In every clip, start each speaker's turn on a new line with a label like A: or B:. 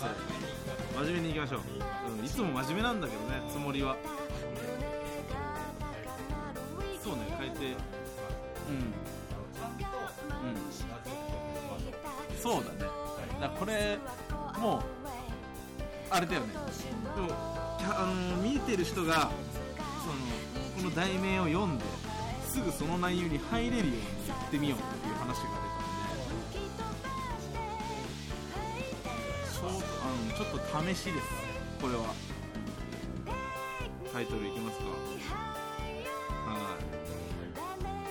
A: 真面目にいきましょう、うん、いつも真面目なんだけどねつもりはそうね変えてうんそうだねだからこれもうあれだよねでもキャあのー見えてる人がそのこの題名を読んですぐその内容に入れるようにやってみようっていう話が出たのでちょあのちょっと試しですこれはタイトルいきますかはい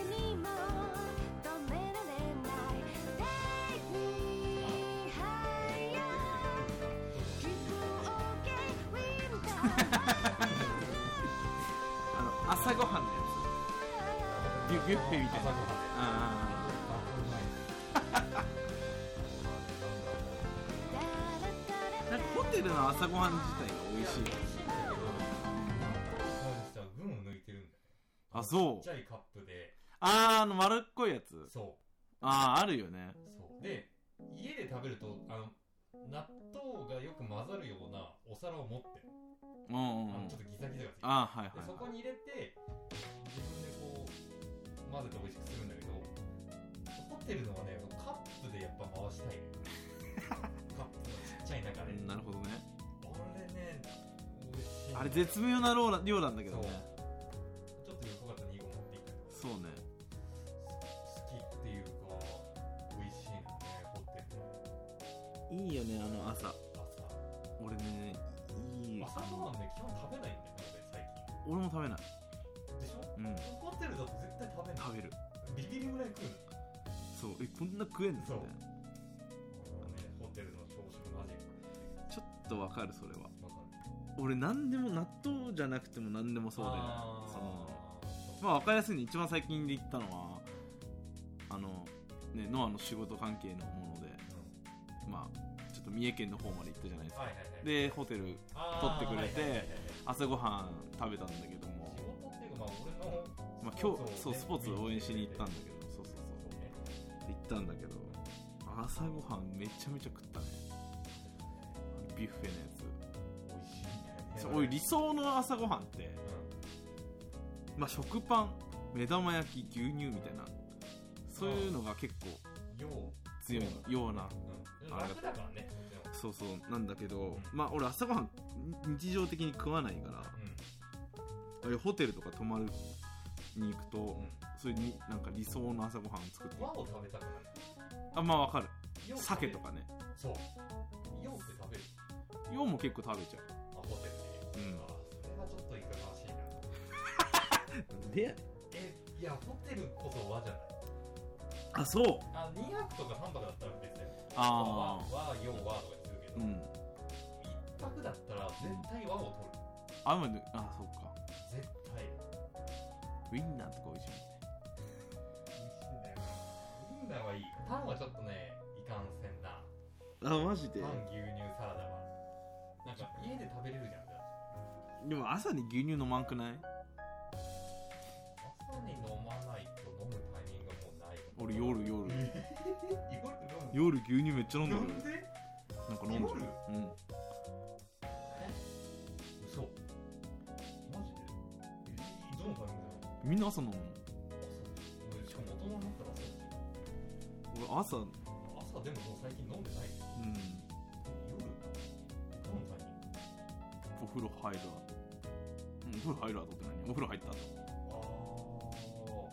A: あの朝ごはんのやつビュビュッフェみたいなあーなんかホテルの朝ごはん自体が美味しい
B: 実は群を抜いてるんだよね
A: あそ
B: ちっち
A: う
B: ゃいカップで
A: あーあの丸っこいやつ
B: そ
A: あああるよね
B: うそうで家で食べるとあの納豆がよく混ざるようなお皿を持ってる
A: うんうん
B: あ
A: う
B: の
A: ん
B: ちょっとギザギザがついてる
A: あーはいはい
B: でそこ
A: はい
B: に入れて自分でこう混ぜて美味しくするんだけどホテルのはねカップでやっぱ回したいねカップのちっちゃい中で、
A: うんなるほどね
B: あれね美味しい
A: あれ絶妙な量な量なんだけ
B: そ
A: ど
B: う
A: ね
B: ちょっと横方に2個持っていったけど
A: そうね
B: 好きっていうか美味しいのねホテル
A: い
B: の
A: いよねあの朝
B: 朝
A: 俺ねいい
B: 朝ごはんね基本食べないんだよね俺
A: 俺も
B: 最
A: 食べない
B: 近でしょ
A: うん
B: ホテルだと絶対食べない
A: 食べる
B: ビビるぐらい食うの
A: そうえこんな食えんのみたいな
B: あのねホテルの朝食の味
A: ちょっとわかるそれは
B: わかる
A: 俺何でも納豆じゃなくても何でもそうだよねその
B: あー
A: まあ分かりやすいに一番最近で言ったのはあのねノアの仕事関係のもので
B: うん
A: まあちょっと三重県の方まで行ったじゃないですか
B: はいはいはい
A: でホテル
B: あー
A: 取ってくれて
B: はいはいはいはい
A: 朝ごはん食べたんだけども
B: 仕、事っていうかま
A: まあ、
B: あ俺の
A: 今
B: そう
A: 日
B: ね
A: そうスポーツを応援しに行ったんだけどそうそう
B: そ
A: そう
B: うね
A: 行ったんだけど朝ごはんめちゃめちゃ食ったねビュッフェのや
B: 美味しいんだよね
A: つそう俺理想の朝ごはんって、まあ、食パン目玉焼き牛乳みたいなそういうのが結構
B: うんよう
A: 強いような
B: うん
A: あれ
B: 楽だからねもちろん
A: そうそうなんだけど、
B: うん
A: まあ俺朝ごはん日常的に食わないから俺ホテルとか泊まるに行くと、
B: うん
A: それになんか理想の朝ごはんを作って
B: 和を食べたくなる
A: あまあわかる
B: よう食べ
A: 鮭
B: る
A: とかね
B: そうようって食べる
A: ようも結構食べちゃ
B: あホテルで
A: うん
B: あーそれはちょっといかがわしいな
A: うで
B: えいやホテルこそ和じゃない
A: あそう
B: あ2泊とか3泊だったら別に和
A: あ
B: 和よう和とかにする
A: あう
B: けど
A: ん
B: 1泊だったら絶対和を取る
A: あまであそっか
B: 絶対
A: ウインナーとか美味しいもんね
B: 美味しいんだよなウインナーはいいパンはちょっとねいかんせん
A: あ
B: な
A: マジで
B: パン牛乳サラダはなんか家で食べれるじゃん
A: でも朝に牛乳飲まんくない
B: 朝に飲まないと飲むタイミングがもうない
A: 俺夜夜
B: 夜飲む
A: 夜牛乳めっちゃ飲んで
B: 飲
A: る
B: んで
A: なんか飲んでるうん
B: 嘘マジでえどのタイミングだろ
A: みんな朝飲むの
B: うしかも大人になったらそ
A: 俺朝うん
B: う朝でももう最近飲んでない夜どのタイミング
A: お風呂入る後うんお風呂入る後って何お風呂入った後
B: あ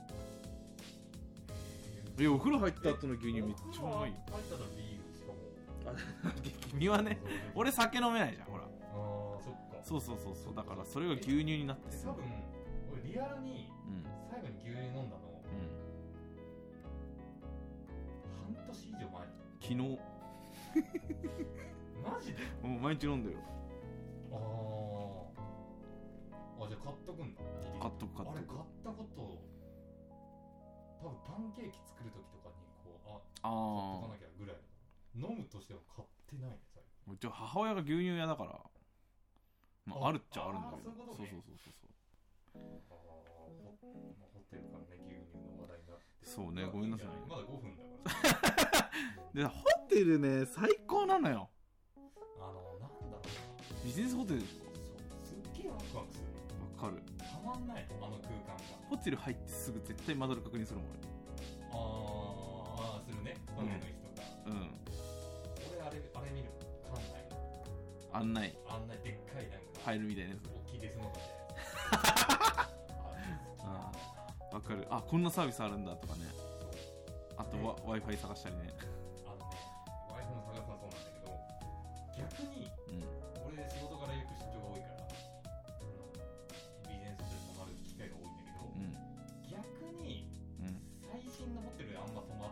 B: あ
A: えお風呂入った後の牛乳めっちゃうま
B: 入
A: い
B: っ
A: よ
B: たらビールしかも
A: 君はね俺酒飲めないじゃんほら
B: ああそっか
A: そうそうそうそうだからそれが牛乳になって
B: で
A: さ
B: 多分俺リアルに
A: うん
B: 最後に牛乳飲んだの
A: うん
B: 半年以上前
A: 昨日も
B: マジで
A: う毎日飲んだよ
B: あーあじゃあ買っとくんだ
A: 買っとく買
B: あ
A: っ
B: れ
A: とく
B: 買ったこと多分パンケーキ作る時とかにこうあ買っとか
A: あ
B: なきゃぐらいの飲むとしては買ってないね最近
A: あうちは母親が牛乳屋だからまあ
B: あ
A: あるっちゃあるんだけど
B: あーそういうこと
A: そう
B: ね
A: そうそうそう
B: ああホホテルからね牛乳の話題になって
A: そうね
B: まあ
A: ごめんなさい
B: いじゃまだ5分だから
A: でホテルね最高なのよ
B: あの
A: ビジネスホテルでし
B: そうすっげえワクワクする
A: ょわかる
B: たまんないあの空間が
A: ホテル入ってすぐ絶対窓の確認するもん
B: あーあーするね隣の人が、
A: 俺うん
B: 俺あれあれ見る館内
A: 案内
B: あんなでっかいなんか、
A: 入るみたいなや
B: 大きいデスノー
A: つ
B: トみたいなやつあれ好きなんだよな
A: わかるあこんなサービスあるんだとかね
B: そう
A: あと w i f i 探したりね
B: あのね、ワイフの探すのはそうなんだけど、逆に、
A: うん
B: 俺仕事からよく出張が多いから、あのビジネスホテル泊まる機会が多いんだけど、
A: うん
B: 逆に、
A: うん
B: 最新のホテルであんま泊ま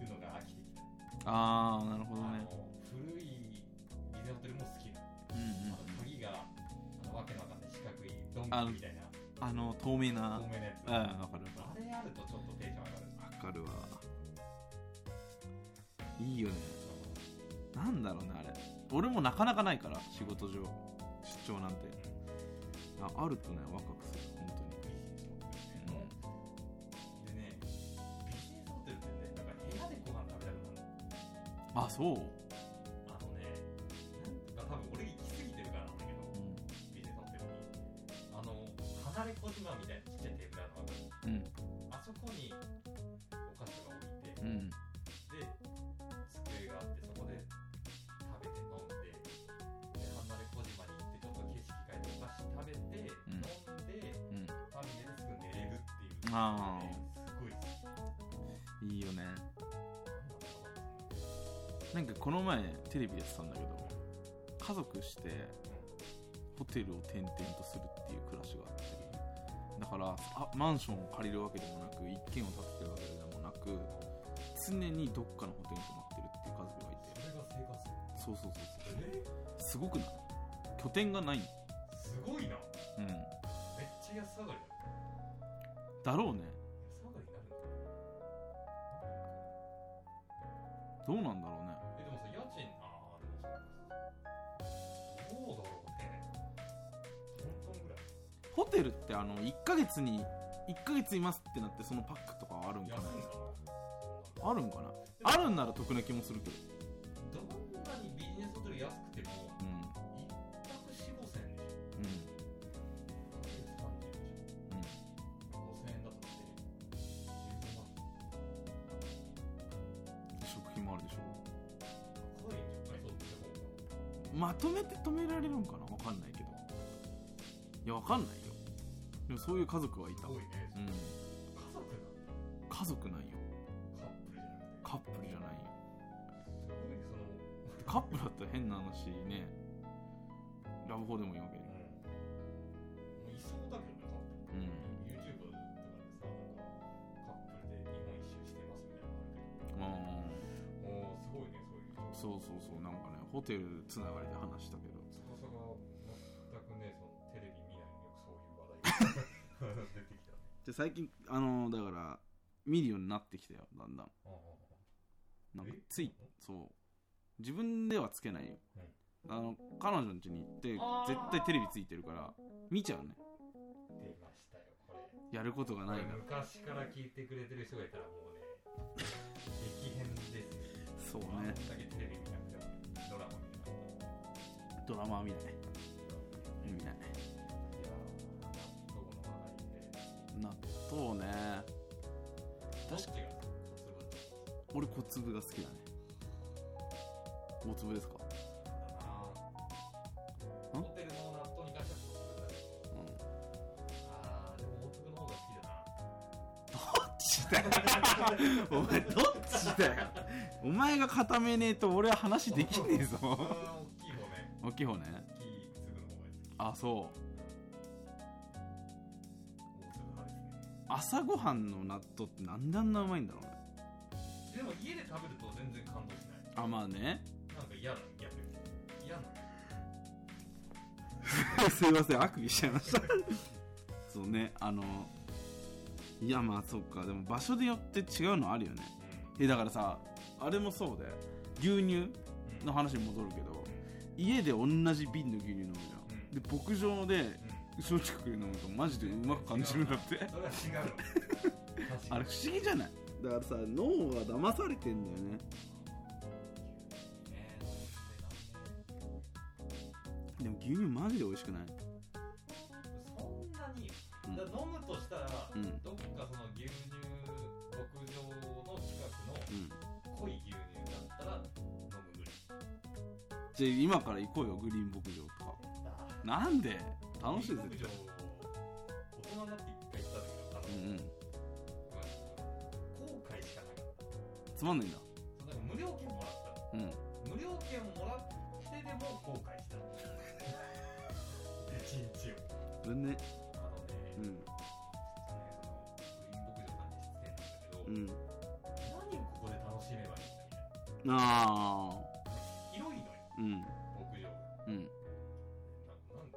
B: るのが飽きてきた。
A: ああなるほど
B: あ
A: ね
B: の、古いビジネスホテルも好きなの。
A: うんうん
B: あの、鍵が、あの、わけのわかんない四角い、ドン
A: あの
B: キみたいな、
A: あの透明な
B: 透明なやつ。
A: うんわかる
B: あれあるとちょっとテンション上がる。
A: わかるわいいよねなんだろうねあれ俺もなかなかないから仕事上出張なんてああるとねワクワクする本当に
B: ビジネスホテルね。でね、ビジネスホテルってね、なんか部屋でご飯食べたく
A: あ
B: なる
A: そう、
B: の。あのね、なんか多分俺行き過ぎてるからなんだけど、ビジネスホテルに。あの、離れ小島みたいなちっちゃいテーブルある
A: うん、
B: の分か
A: うん
B: るあそこにお菓子が置い
A: うん
B: て、で、机があって、そこで食べて飲んで、で、離れ小島に行って、ちょっと景色変えてお菓子食べて、
A: ん
B: 飲んで、ファミレですぐ寝れるっていう。
A: うんあ
B: ねすごい好き
A: あいいよね
B: な
A: な
B: んだろうな
A: んかこの前テレビでやってたんだけど家族してホテルを転々とするっていう暮らしがあってだからあマンションを借りるわけでもなく一軒を建ててるわけでもなく常にどっかのホテルに泊まってるっていう家族がい
B: そ
A: て
B: れが
A: そうそうそうそうす
B: 生活え
A: ごくない拠点がないの
B: すごいな
A: うん
B: めっちゃ安上がりだ
A: だろうね
B: 安上がりになるの
A: どうなんだろうね
B: えでもさ家賃ああでもそうかどうだろうね本当ぐらい
A: ホテルってあの1ヶ月に1ヶ月いますってなってそのパックとかはあるんか
B: 安い
A: なんあ
B: かな
A: るんかなあるんなら得な気もするけど
B: どんなにビジネスホテル安くて
A: う
B: も
A: ん
B: 一泊四五千円でし
A: う
B: ょ一ヶ月三十円でし
A: んうん
B: ょ五千円だとして15
A: 食費もあ
B: 万
A: るでしょ
B: 高いんじゃないそうって思う
A: まとめて止められるんかなわかんないけどいやわかんないよでもそういう家族はい
B: す
A: たう
B: ご
A: ん
B: いね家族な
A: 家族なん
B: んだ
A: よ
B: カップルじゃなくて
A: カップルじゃないよ
B: すごいねその
A: カップルだったら変な話ねラブホでもいいわけで
B: うん、いそうだけどね、
A: う
B: YouTube とかでさ、なんかカップルで日本一周してますみたいなのあるけ
A: んあ
B: ど、おー、すごいね、そういう
A: ー
B: 人。
A: そうそうそうなんかねホテルつながりで話したけど
B: そこそこ、全くね、そのテレビ見ないのよ、そういう話題が出てきたね。
A: じゃあ最近あのーだから見るようになってきたよだんだん
B: あ
A: なんか
B: え
A: ついそう自分ではつけないよ、あの彼女の家に行って
B: あー
A: 絶対テレビついてるから見ちゃうね
B: あ出ましたよ、これ。
A: やることがないから
B: 昔から聞いてくれてる人がいたら、もうね、激変ですよ。
A: そう
B: あん
A: ね
B: だけテレビ見なくても、ドラマ見なくても。
A: ドラマは見ない見ない
B: いやー、どこの話題で。
A: 納豆ね確
B: かに。
A: 俺小粒が好きだね大粒ですか
B: ホテルの納豆に関しては小粒だ
A: うん
B: ね。あー、でも大粒の方が好き
A: どっち
B: だな。
A: だよ お前どっちだよお前が固めねえと俺は話できね え
B: う
A: ぞ
B: ーん、大き
A: 大きい
B: い方ね。
A: 方ね
B: 大きい粒の方が
A: あ
B: 好き。
A: そう
B: 大粒派ですね。
A: 朝ごはんの納豆ってなんであんなうまいんだろうね
B: でも家で食べると全然感動しない。
A: あまあね
B: なんか嫌な、嫌な。嫌な。
A: すいませんあくびしちゃいました そうねあのいやまあそっかでも場所でよって違うのあるよねえだからさあれもそうで牛乳
B: うん。
A: の
B: うん。
A: 話に戻るけど家で同じ瓶の牛乳飲むじゃんで牧場で焼酎かけて飲むとマジでうまく感じるんだって
B: それは違うの。確か
A: あれ
B: に
A: 不思議じゃないだからさ脳が騙されてんだよね
B: ねえなん
A: でも
B: でなんで
A: 牛乳マジで美味しくない
B: そんなに、
A: うん
B: だから飲むとしたら、
A: うん
B: どっかその牛乳牧場の近くの
A: うん
B: 濃い牛乳だったら飲むぐらい
A: じゃあ今から行こうよグリーン牧場とかなんで楽しいです
B: 牧
A: よ
B: 場大人になって一回行ったんだけどあの、
A: うんうん
B: 後悔しかなかった
A: つまんないんだ
B: そうなんか無料券もらっ
A: う
B: た
A: ん
B: 無料券もらってでも後悔した一日を
A: 全然
B: あのね、
A: う
B: ちょっとね
A: ん
B: そのグリーン牧場さんに失礼なんだけど、
A: うん
B: 何をここで楽しめばいいんだみたいな
A: あ
B: 広いのよ
A: あうん
B: 牧場が
A: うん
B: な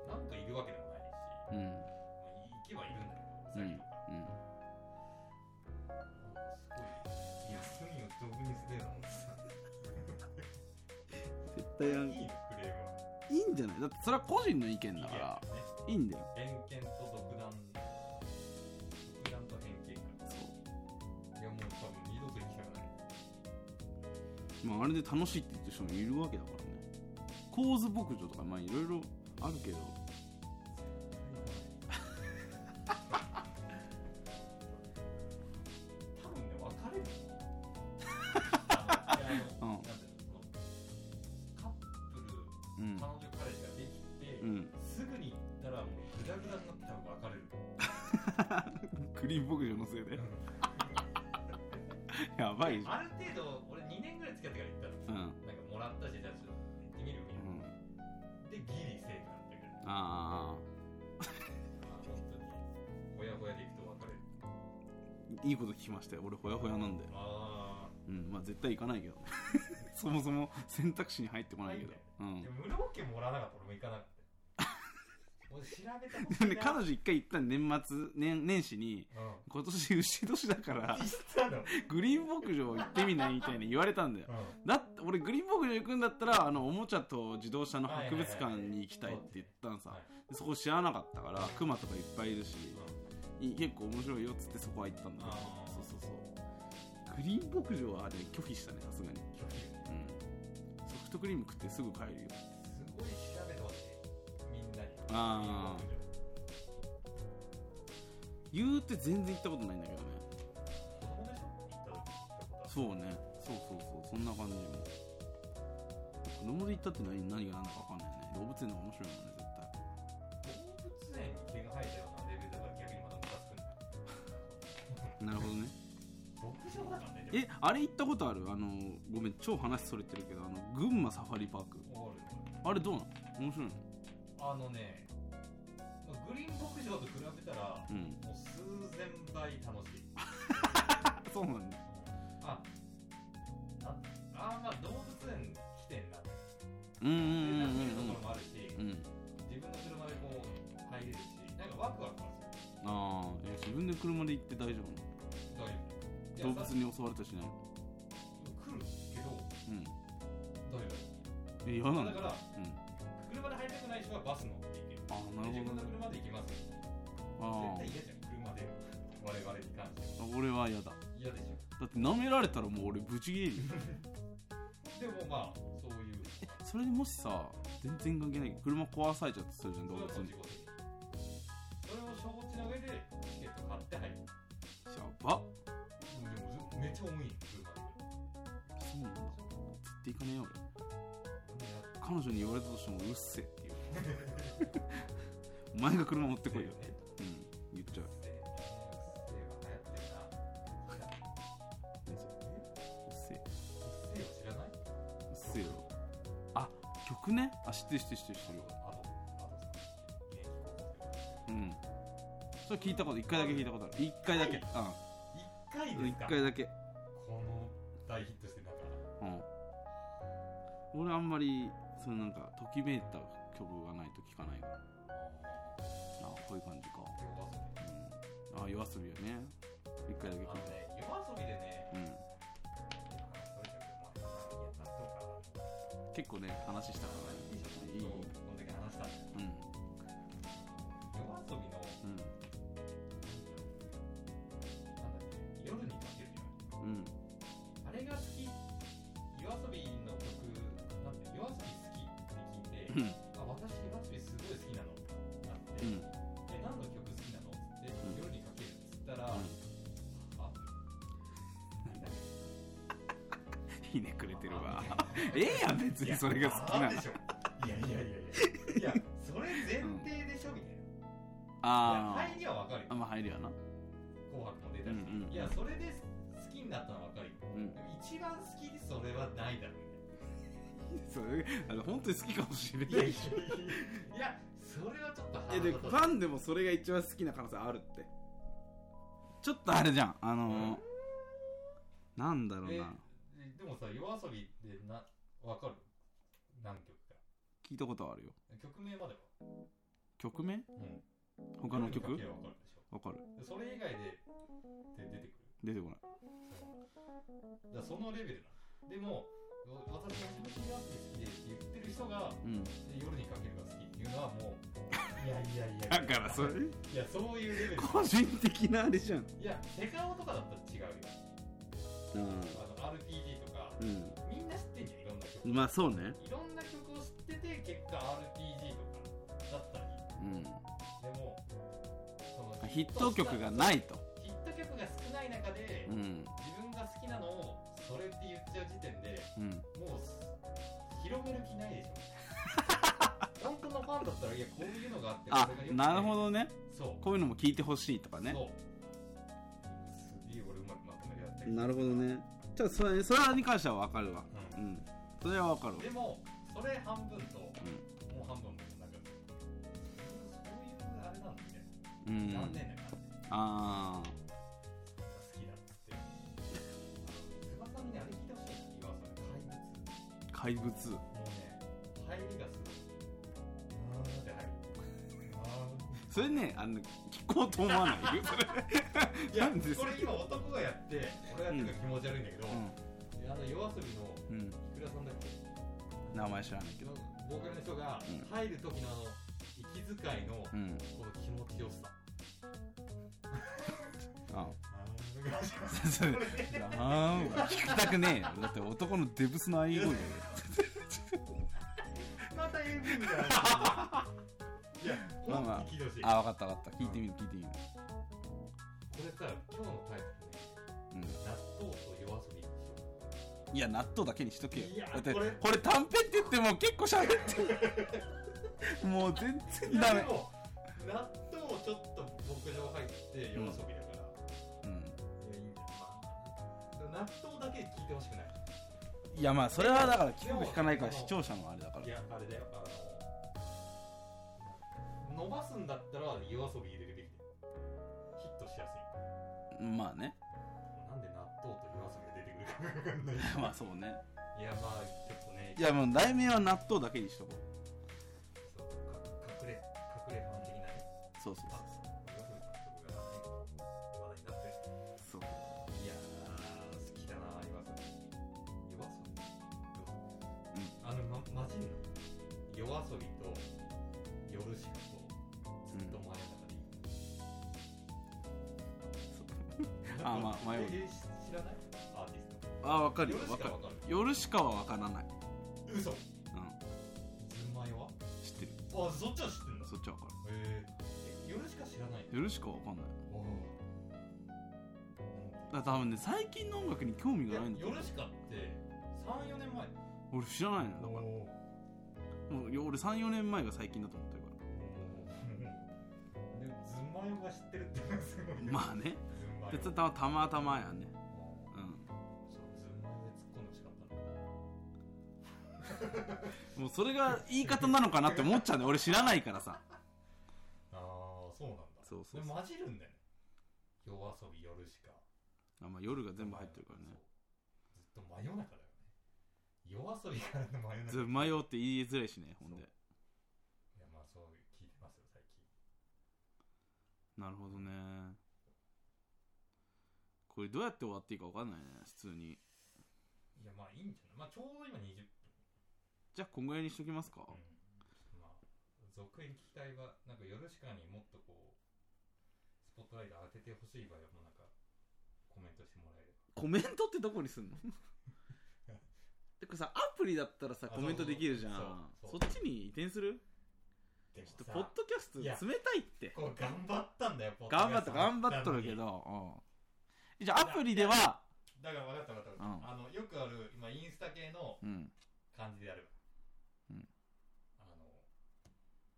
B: なんなんかいるわけでもないし、
A: うんうん
B: まあ、行けばいるんだけどウサギとか、すごい休みを丈夫にすればもうさ
A: 絶対あん
B: いいのクレームはい
A: いんじゃないだってそれは個人の意見だから
B: い
A: い
B: いね
A: いんだよ
B: 偏見と独断独断と偏見か
A: そ
B: いやもう多分二度と行きたくないう
A: まああれで楽しいって言ってる人もいるわけだからね構図牧場とかまあいろいろあるけどうん
B: 多分ね別れるあのいやあのなんていうのそのカップル
A: うん
B: 彼女彼氏ができて、
A: うん
B: すぐに行ったらもうグダグダになって多分別れると思う
A: グリーン牧場のせいで やばいじゃん
B: ある程度俺2年ぐらい付き合ってから行った
A: う
B: の
A: ん
B: なんかもらったしじゃあちょっと行ってみるみたいな、
A: うん
B: でギリセーフだったけど
A: あ
B: あ本当にほやほやで行くと別れる
A: あいいこと聞きましたよ俺ほやほやなんで
B: ああ
A: うんまあ絶対行かないけど そもそも選択肢に入ってこないけどう
B: い
A: ん
B: や無料券もらわなかった俺も行かなく て俺調べたこと
A: でね彼女一回行った年末年年始に
B: うん
A: 今年 牛年だから
B: 行ったの、うん、
A: グリーン牧場行ってみないみたいに言われたんだよだって俺グリーン牧場行くんだったらあのおもちゃと自動車の博物館に行きたいって言ったんさ
B: はい
A: でそこ知らなかったからクマとかいっぱいいるし
B: うん
A: い結構面白いよっつってそこは行ったんだけど
B: あー
A: そうそうそうグリーン牧場はあれ拒否したねさすがに
B: 拒否
A: うんソフトクリーム食ってすぐ帰るよ
B: すごい調べてほしいみんなに
A: あー言うて全然行ったことないんだけどね
B: 子供でしょ行った時行ったことある
A: そうねそうそうそうそんな感じ子供で行ったって何何が何だか分かんないね動物園の方が面白いもんね絶対
B: 動物園に毛が生えたようなレベルだから逆にまたムカつくん
A: な
B: だ
A: るほどね
B: 牧場だからねでも
A: えあれ行ったことあるあのごめん超話それてるけどあの群馬サファリパーク
B: おる
A: あれどうなの面白いの
B: あのねまあグリーン牧場と比べたら
A: うん
B: もう数千倍楽しい
A: あそうなんだ
B: あなんあまあ動物園来てんだ
A: うんうんうん
B: それなりに
A: う
B: と
A: ん
B: ころもあるし
A: うんうん
B: 自分の車でこう入れるしなんかワクワクは
A: ああ自分で車で行って大丈
B: するだけ
A: 夫ないの動
B: どや
A: 物
B: さ
A: に襲われたしない
B: 来るけど
A: うん
B: どれだ
A: え嫌な
B: よ
A: んだ
B: だから
A: うん
B: 車で入りたくない人はバス乗って行ける
A: ああな
B: で
A: る
B: 自
A: ほ
B: 分
A: ど
B: の車で行きますよ
A: あ
B: 絶対嫌じゃん車で我々に関して
A: あ俺は嫌だ
B: 嫌でしょ
A: だって舐められたらもう俺ブチギレるよ
B: でもまあそういう
A: それでもしさ全然関係ないけど車壊されちゃってするじゃん
B: そ
A: 動
B: れ
A: 物
B: はもう
A: に
B: 自己責任それを承知の上でチケット買って入る
A: やば
B: でもめっちゃ重いの車で
A: そうなんだ絶対行かねえよ俺
B: やっ
A: 彼女に言われたとしてもうっせえっていう お前が車持ってこいよ、
B: ね
A: うん、言っちゃう
B: うっせぇうっせぇが流行ってるな。
A: うっ
B: う
A: せえ
B: っせぇを知らないう
A: っせえよあ曲ねあ知ってる知ってる知ってる知ってる
B: あと、あとさ、現役高校
A: うんそれ聞いたこと一回だけ聞いたことある一回だけ
B: 生。一
A: うん
B: 回
A: 一
B: ですか
A: 回だけ
B: この大ヒットしてる中
A: うん俺あんまりそのなんかときめいた曲がないと聞かないからあこういう感じか、
B: 夜遊び。
A: うん、あ夜遊びよね一回だけ聞い
B: あのね、夜遊びでね、
A: た、うん
B: 話それちゃうけど、まあ、いや、納豆か。
A: 結構ね話したからね
B: いいじゃん、そうこの時話した。
A: う
B: 夜遊びの、
A: んうん
B: なんだっけ、夜にかけるじゃん。
A: うん
B: あれが好き。夜遊びの曲、なんて、夜遊び好きって
A: う
B: 聞いて、
A: ん
B: あ、私夜遊
A: ええやん別にそれが好きな
B: あるでしょいやいやいやいやいやそれ前提でしょみたいな
A: あ
B: いや入りはわかるよ
A: ああまあ入るよな
B: 紅白も出たりして、
A: うんうん
B: いやそれで好きになったのはわかるよ
A: うん
B: でも一番好きにそれはないだろう
A: それあの本当に好きかもしれ
B: みたい
A: な
B: ないいやいやいやそれはちょっと
C: え
B: 腹
C: で
B: 立
C: フ
B: た
C: ァンでもそれが一番好きな可能性あるって
A: ちょっとあれじゃんあのー、なんだろう
B: え
A: な
B: でもさ夜遊びってなわかる何曲か
A: 聞いたことあるよ
B: 曲名までは
A: 曲名
B: うん
A: 他の曲
B: 夜だけはわかるでしょ
A: わかる
B: でそれ以外でって出てくる
A: 出てこない
B: だからそのレベルなのでも私は自分でやって好きでって言ってる人が
A: うん
B: で夜にかけるが好きっていうのはも ういやいやいや
A: だからそれ
B: いやそういうレベル
A: 個人的なあれじゃん
B: いやセカオとかだったら違うよあの RPG とか
A: うん
B: みんな知ってんじゃんいろんな曲、
A: まあそうね
B: いろんな曲を知ってて結果 RPG とかだったり
A: うん
B: でもその
A: ヒット曲がないと
B: ヒット曲が少ない中で、
A: うん
B: 自分が好きなのをそれって言っちゃう時点で
A: うん
B: もうす広める 気ないでしょ本当のファンだったらいやこういうのがあって
A: あ
B: これが良くて
A: なるほどね
B: そう
A: こういうのも聞いてほしいとかね
B: そうすげえ俺うまくまとめるやってる
C: なるほどね
A: ちょっとそれそれに関してはわかるわ
B: う
A: うんそれはわかるわ
B: んでもそれ半分と、もう半分もなんかそういうあれなんですね、
A: うん
B: 残念な感じ
A: ああ
B: 好きだっつってあの翼にあれ聞いてほしいって言わそれ怪物
A: 怪物
B: もうね入りがすごいあーって入るあ
A: そ
B: ー
A: れねあの聞こうと思わないよ
B: い や
A: なんです
B: これ今男がやって俺がやってるから気持ち悪いんだけど、あの夜遊びの
A: うん、うん、
B: いくらさんだっ
A: 名
B: け
A: 前知らないけど
B: のボーカルの人が
A: うん
B: 入る時のあの息遣いの
A: うん
B: この気持ちよさ
A: ああ
B: あ
A: それあーは聞きたくねえよだって男のデブスの合い声だよ
B: ーまた AV みたいないや
A: まあ
B: 本
A: まあ
B: 当に聞いてほしいこ
A: あ分かった分かった聞いてみる聞いてみる
B: れさ今日のタイトルね納豆と夜遊びでしょ
A: うんいや納豆だけにしとけよ
B: いや
A: だって
B: こ
A: こ
B: れ
A: れ短編って言っても結構喋って るもう全然ダ
B: いや
A: メ
B: でも納豆ちょっと牧場入って夜遊びだから、
A: うん
B: いやいいんじゃんまあ納豆だけ聞いてほしくない
A: いやまあそれはだから聞くか聞かないから視聴者のあれだから
B: いや、あれだよ、あの、伸ばすんだったら夜遊び入れるべきだよ。ヒットしやすい。
A: まあね
B: なんで納豆と夜遊びが出てくるかわかんない。
A: まあそうね
B: いや、まあ、ちょっとね、
A: いやもう題名は納豆だけにしとこう
B: そうか隠れ、隠れファン的なね。
A: そうそう
B: あ、夜遊びの曲がね、話題になってる。
A: そう
B: いやー、好きだな、夜遊び。夜遊
A: ん
B: びあの、ま、マジんの夜遊びと夜しかと、ずっと真夜中でいい。
A: あまあ迷う
B: えー知らないアーティスト
A: あ分かるよ
B: 夜
A: 分
B: しか
A: かる
B: わかる
A: 夜しかは分からない、
B: 嘘ズ
A: う
B: ンマヨは
A: ん、知ってる
B: あそっちは知ってんだ
A: そっちは分か
B: えー、え夜しか知らない
A: る夜しか分かんない
B: おー
A: だから多分ね最近の音楽に興味がないん
B: い
A: だ
B: や
A: と思う
B: 夜しかって34年前
A: 俺知らないのだ
B: お
A: から
B: お
A: もういや俺34年前が最近だと思ってるか
B: でもズンマヨが知ってるってのがすごい
A: ら
B: よ
A: まあね
B: ズンマヨ
A: 別にたたまたまやね
B: お
A: う
B: ーそうズンマヨで突っ込んでほしかったな
A: も
B: ん
A: うそれが言い方なのかなって思っちゃうね俺知らないからさ
B: あーそうなんだ
A: そうそう
B: で
A: そう
B: 混じるんだよね夜遊び夜しか
A: あ、まあ、夜が全部入ってるからね
B: そうずっと真夜中だよね夜遊びからの真夜中
A: ず迷うって言いづらいしねほんで
B: そいやまあそう聞いてますよ最近
A: なるほどねこれどうやって終わっていいか分かんないね普通に
B: いやまあいいんじゃないまあちょうど今20
A: じゃあこんぐらいにしときますか
B: 分、まあ続編聞きたいはなんか夜しかにもっとこうスポットライト当ててほしい場合はもうなんかコメントしてもらえれば
C: コメントってどこにす んのてかさアプリだったらさ
B: あ
C: コメントできるじゃん
B: そ
C: そ
B: うそ
C: うっちに移転する
B: でも
C: ちょっとポッドキャスト
B: いや
C: 冷たいって
B: こう頑張ったんだよポッドキ
A: 頑張っ
B: ャスト
A: た頑張っとるけど、うん、じゃあアプリでは
B: だから分かった分かった分かった、あのよくある今インスタ系の
A: うん
B: 感じでやれば、
A: うん
B: あの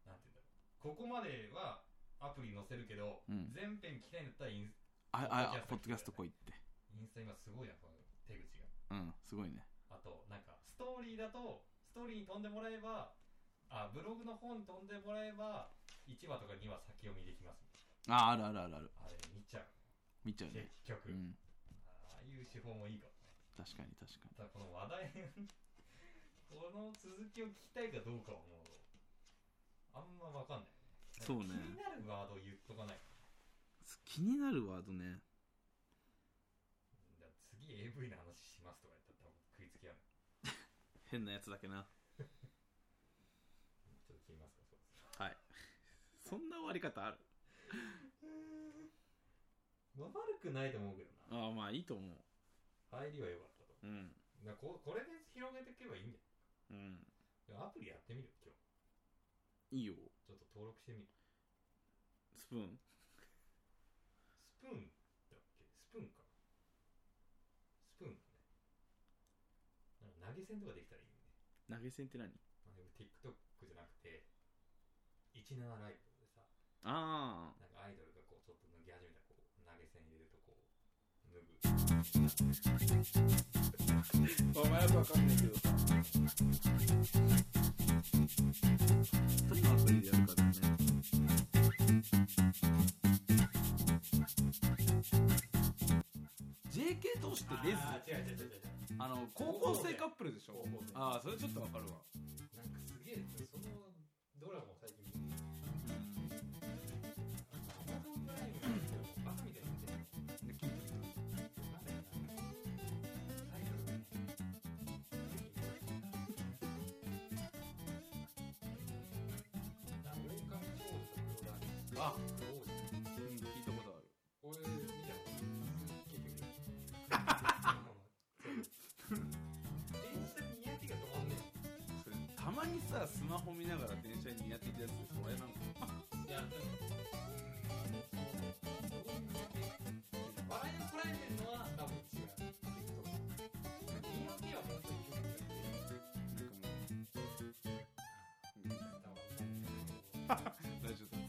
B: なんて言うんだろうここまではアプリ載せるけど、
A: うん
B: 全編聞きたいんだったらインス
A: ああポ
B: ポ
A: ッ
B: ッ
A: ドキャ
B: ドキャ
A: スト
B: ス
A: 来い
B: ト来
A: って
B: インスタ今すごいなこの手口が
A: うんすごいね
B: あとなんかストーリーだとストーリーに飛んでもらえばあブログの方に飛んでもらえば1話とか2話先読みできます
A: ああるあるあるある
B: あれ見ちゃう
A: 見ちゃう
B: 結
A: ね
B: 局、
A: うん
B: ああいう手法もいいかもね
A: 確かに確かに
B: ただこの話題 この続きを聞きたいかどうかはもうあんま分かんないよね
A: そうね
B: なんか気になるワードを言っとかない
A: 気になるワードね
B: じゃあ次 AV の話しますとか言ったら多分食いつきやる
A: 変なやつだけな
B: ちょっと聞きますかそうです
A: はいそんな終わり方ある
B: まあ悪くないと思うけどな
A: ああまあいいと思う
B: 入りは良かったと
A: うん
B: なここれで広げていけばいいんだよ
A: うん
B: でもアプリやってみる今日
A: いいよ
B: ちょっと登録してみる
A: スプーン
B: スプーンだっけスプーンかスプーンだねなんか投げ銭とかできたらいいよね
A: 投げ銭って何
B: まあ、でも TikTok じゃなくて17ライブでさ
A: あ
B: なんかアイドルがこうちょっと脱ぎ始めたらこう投げ銭入れるとこう脱ぐ
A: あお前よくわかんないけどさどのアプリでやるかだよね投資ってレズ
B: あー違う違う違う違う
A: あの高校生カップルでしょ
B: 高校生
A: ああそれちょっとわかるわ
B: なんかすげえそのドラマを最近見てアマゾンプライムなんですけどバカみたいに見てるの
A: で聞いてみた
B: まさになんかアイドルがねなんか狼少女と黒田
A: あ
B: 王子
A: うん聞いたことある
B: これ見たこと結局電車に嫌気が止まんね
A: それたまにさスマホ見ながら電車にやっていたやつでそれなんか
B: えいやでも笑いをこらえてるのは多分違う嫌気は本当に興味があ
A: なんかもう
B: って多
A: 大
B: 分
A: 丈夫